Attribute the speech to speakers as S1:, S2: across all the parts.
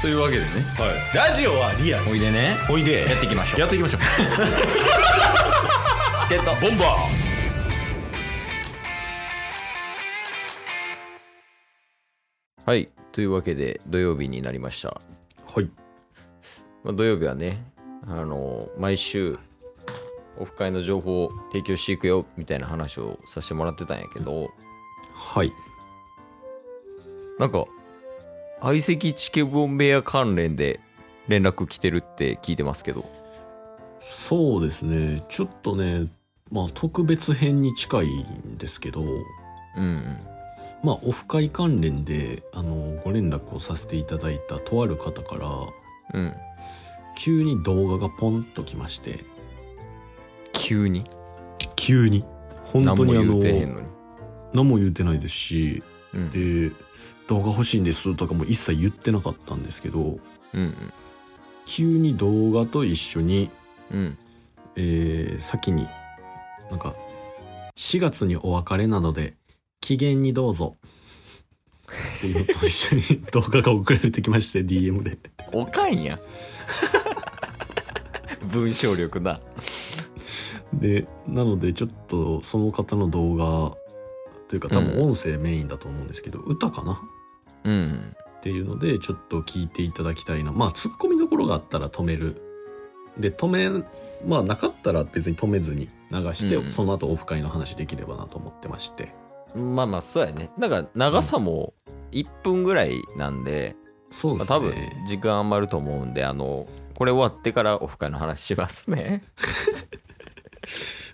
S1: というわけでね
S2: はい、ラジオはリアル
S1: おいでね
S2: おいで
S1: やっていきましょう
S2: やっていきましょう
S1: ってた
S2: ボンバ
S1: はいというわけで土曜日になりました、
S2: ーはい
S1: まあ、土曜日はねあの毎週オフ会の情報を提供していくよみたいな話をさせてもらってたんやけど
S2: はい
S1: なんか相席チケボンベア関連で連絡来てるって聞いてますけど
S2: そうですねちょっとねまあ特別編に近いんですけど
S1: うん
S2: まあオフ会関連であのご連絡をさせていただいたとある方から
S1: うんうん
S2: 急に動画がポンときまして
S1: 急に
S2: 急に本
S1: 何
S2: 当
S1: も
S2: にあ
S1: 言
S2: の
S1: うてへんのに
S2: 何も言うてないですし
S1: うん
S2: で動画欲しいんですとかも一切言ってなかったんですけど
S1: うん
S2: 急に動画と一緒に、
S1: うんうん
S2: えー先になんか4月にお別れなので期限にどうぞっていうのと一緒に動画が送られてきまして DM で
S1: おかんや文章力な
S2: でなのでちょっとその方の動画というか多
S1: う
S2: 分
S1: ん
S2: 音声メインだと思うんですけど、歌かな
S1: うん
S2: っていうのでちょっと聞いていただきたいなまあツッコミどころがあったら止めるで止めまあなかったら別に止めずに流して、
S1: うん
S2: その後オフ会の話できればなと思ってまして
S1: まあまあそうやねだから長さも1分ぐらいなんで、
S2: そう
S1: ま
S2: で
S1: あ、
S2: すね、
S1: 多分時間余ると思うんであのこれ終わってからオフ会の話しますね、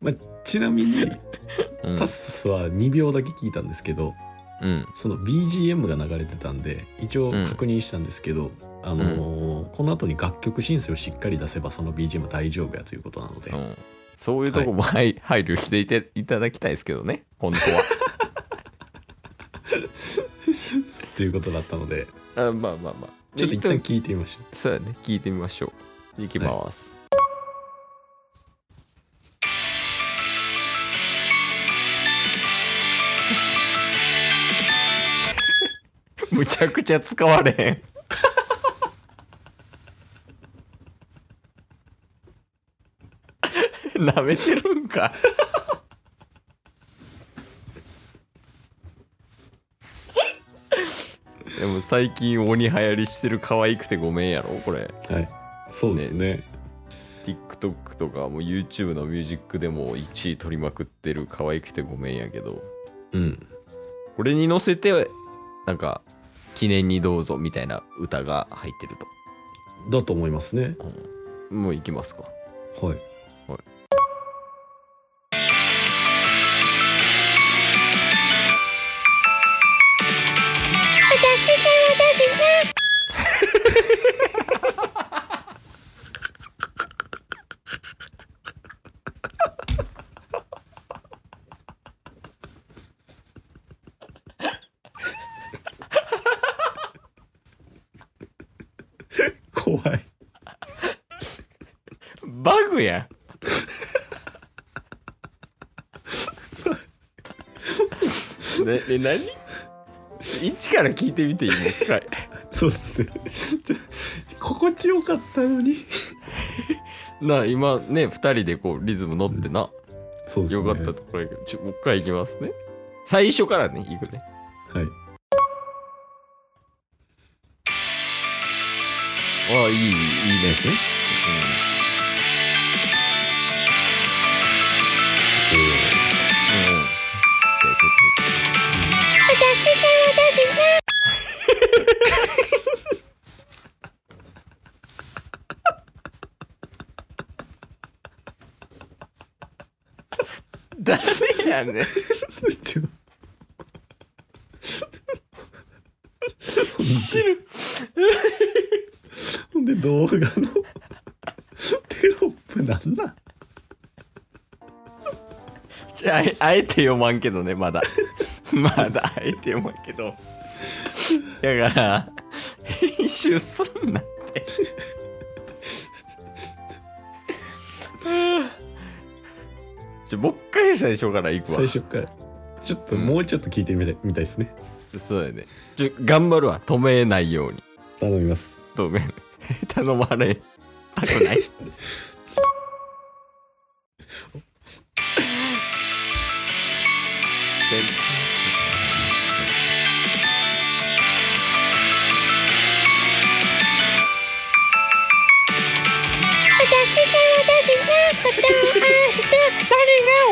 S2: まあ、ちなみに
S1: うん
S2: タスは2秒だけ聞いたんですけど、
S1: うん
S2: その BGM が流れてたんで一応確認したんですけど、あのーこの後に楽曲申請をしっかり出せばその BGM 大丈夫やということなので、
S1: うん、そういうとこもはい配慮していていただきたいですけどね本
S2: ということだったので
S1: 当は あまあまあまあ
S2: ちょっと一
S1: で
S2: 旦聞いてみましょう
S1: そうやね聞いてみましょういきます、 むちゃくちゃ使われへん なめてるん かでも最近鬼流行りしてる可愛くてごめんやろこれ
S2: はい、そうですね
S1: TikTok とかもう YouTube のミュージックでも1位取りまくってる可愛くてごめんやけど
S2: うん
S1: これに乗せてなんか記念にどうぞみたいな歌が入ってると、
S2: だと思いますね
S1: もう行きますか
S2: はい 怖い
S1: バグやんねえ何一から聞いてみていいもう一回
S2: そうっすねちょ心地よかったのに
S1: な今ね2人でこうリズム乗ってな、
S2: そうですね
S1: よかったところやけどちょもう一回いきますね最初からねいくね
S2: はい
S1: ああいいいいね
S2: ですね
S1: うん誰やねん
S2: ちょ
S1: 知る
S2: ほんで動画のテロップなんだ
S1: じゃああえて読まんけどねま だまだあえて読まんけどだから編集すんなって じゃあもう一回最初からいくわ
S2: 最初からちょっともうちょっと聞いてみたいみたいですね
S1: そうやねちょ頑張るわ止めないように
S2: 頼みます
S1: とごめん 頼まれたくない
S3: 私が私がまた明日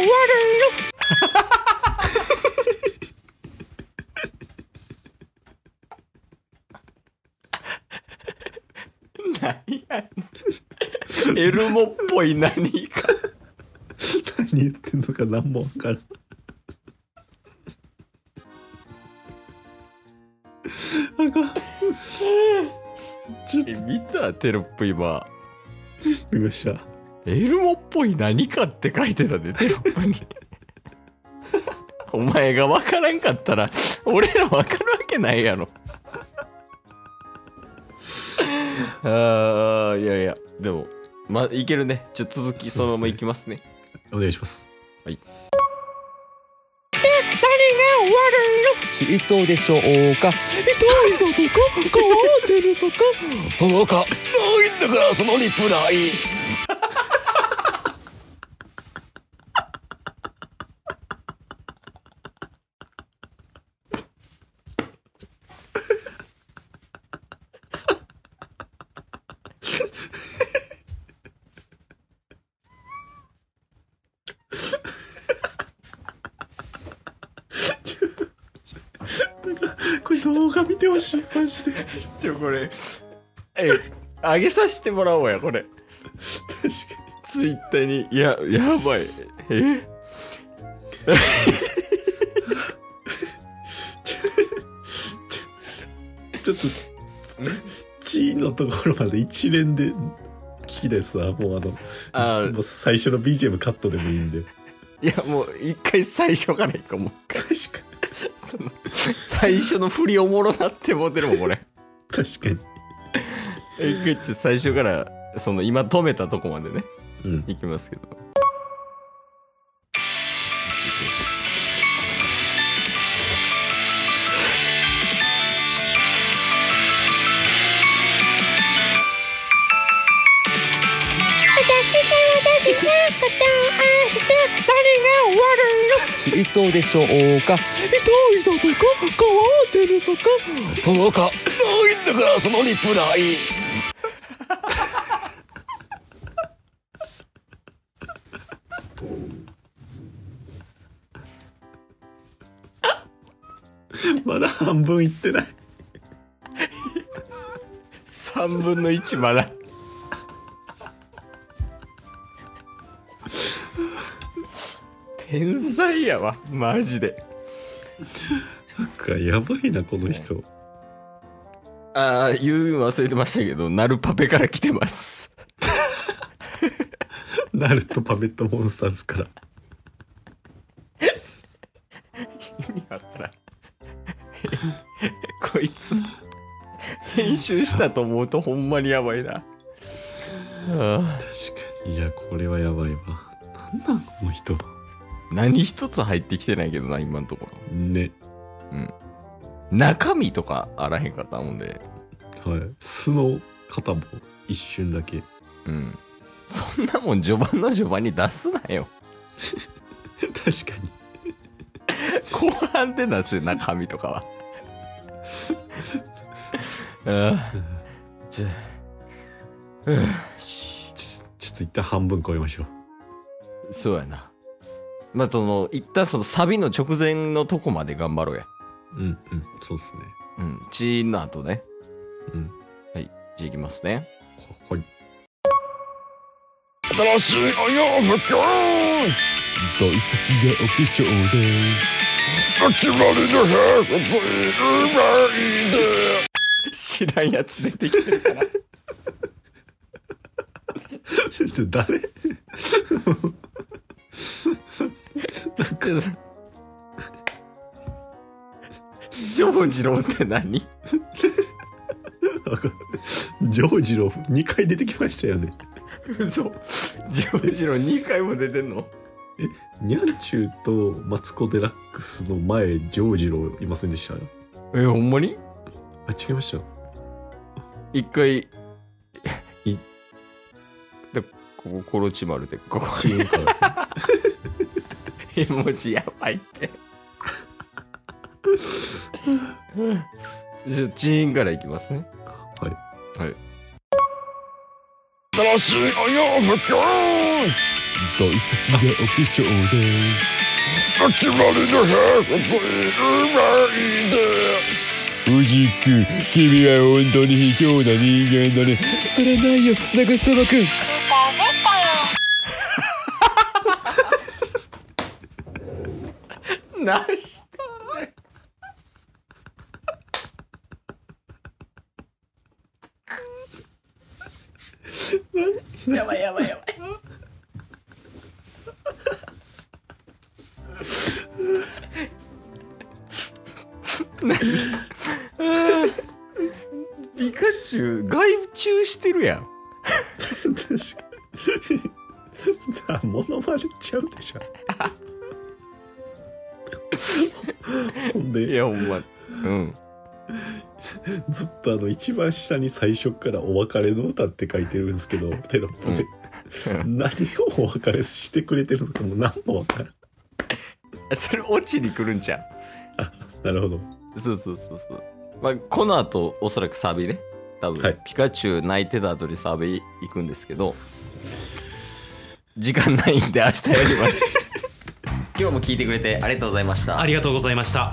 S3: 我が我の
S1: 何やねんエルモっぽい何か
S2: 何言ってんのか何もわからんあかん
S1: え見たテロップ今
S2: 見ました
S1: エルモっぽい何かって書いてたでテロップにお前が分からんかったら俺ら分かるわけないやろあーいやいやでもまあいけるねちょっと続きそのままいきますね
S2: お願いします
S4: 知りとうでしょうか痛いだとか変わってるとかどうかないんだからそのリプライ
S2: これ動画見てほしいマジで確
S1: ちょこれえ上げさせてもらおうやこれ
S2: か
S1: ツイッターにいややばいえ
S2: にちょっとチーのところまで一連で聞きたいですわもうあの
S1: あー
S2: もう最初の BGM カットでもいいんで
S1: いやもう一回最初からいこうもう
S2: 確か
S1: その最初の振りおもろなって思ってるもんこれ
S2: に確かに
S1: 一回ちょっと最初からその今止めたとこまでね
S2: うん
S1: いきますけど
S3: 私が私がまた明日我が我の
S4: 知りとうでしょうか痛いだとか変わってるとかどうかないんだからそのリプライ
S2: まだ半分いってない
S1: 3分の1まだ天才やわマジで
S2: なんかやばいなこの人
S1: ああ言うの忘れてましたけどなるパペから来てます
S2: ナルトパペットモンスターズから
S1: 意味わからん こいつ編集したと思うとほんまにやばいなあ
S2: 確かにいやこれはやばいわなんなんこの人
S1: ー何一つ入ってきてないけどな今のところ
S2: ね
S1: 中身とかあらへんかったもんで
S2: はい素の肩も一瞬だけ
S1: うんそんなもん序盤の序盤に出すなよ
S2: 確かに
S1: 後半で出すよ中身とかは あーじゃあうんし
S2: ちちょっと一旦半分超えましょう
S1: そうやなまあその一旦そのサビの直前のとこまで頑張ろうや
S2: うんうんそうっすね
S1: うんチーンの後ね
S2: うん
S1: じゃあいきますね
S2: ははい
S4: 新しいお洋服大好きなお化粧でお決まりの部屋がずいぶんいいで
S1: 知らんやつ出てきてるから
S2: ちょ誰なんか
S1: ジョージローって何
S2: なんかジョージロ2回出てきましたよね
S1: 嘘ジョージロー2回も出てんの
S2: ニャンチューとマツコ・デラックスの前ジョージロいませんでした
S1: えほんまに
S2: あ違いました
S1: 一回いでここコロチマルでここ
S2: チームから
S1: 絵文字やばいってじゃあチーンからいきますね
S2: はい
S1: はい
S4: 新しいお洋服大好きなお化粧でお決まりの部屋が全部いいで藤井君君は本当に卑怯な人間だねそれないよ長澤君
S1: なしたやばいやばいやばい何 ピカチュウ外注してるやん
S2: 確 かにモノマネちゃうでし ょほん
S1: い
S2: で
S1: やほんまうん
S2: ずっとあの一番下に最初から「お別れの歌」って書いてるんですけどテロップで、何をお別れしてくれてるのかも何も分からん
S1: それオチに来るんちゃ
S2: なるほど
S1: うそうそうそうそうまあこの後おそらくサビね多分、
S2: はい
S1: ピカチュウ泣いてた後にサビ行くんですけど時間ないんで明日やります 今日も聞いてくれてありがとうございました
S5: ありがとうございました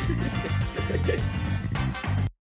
S5: す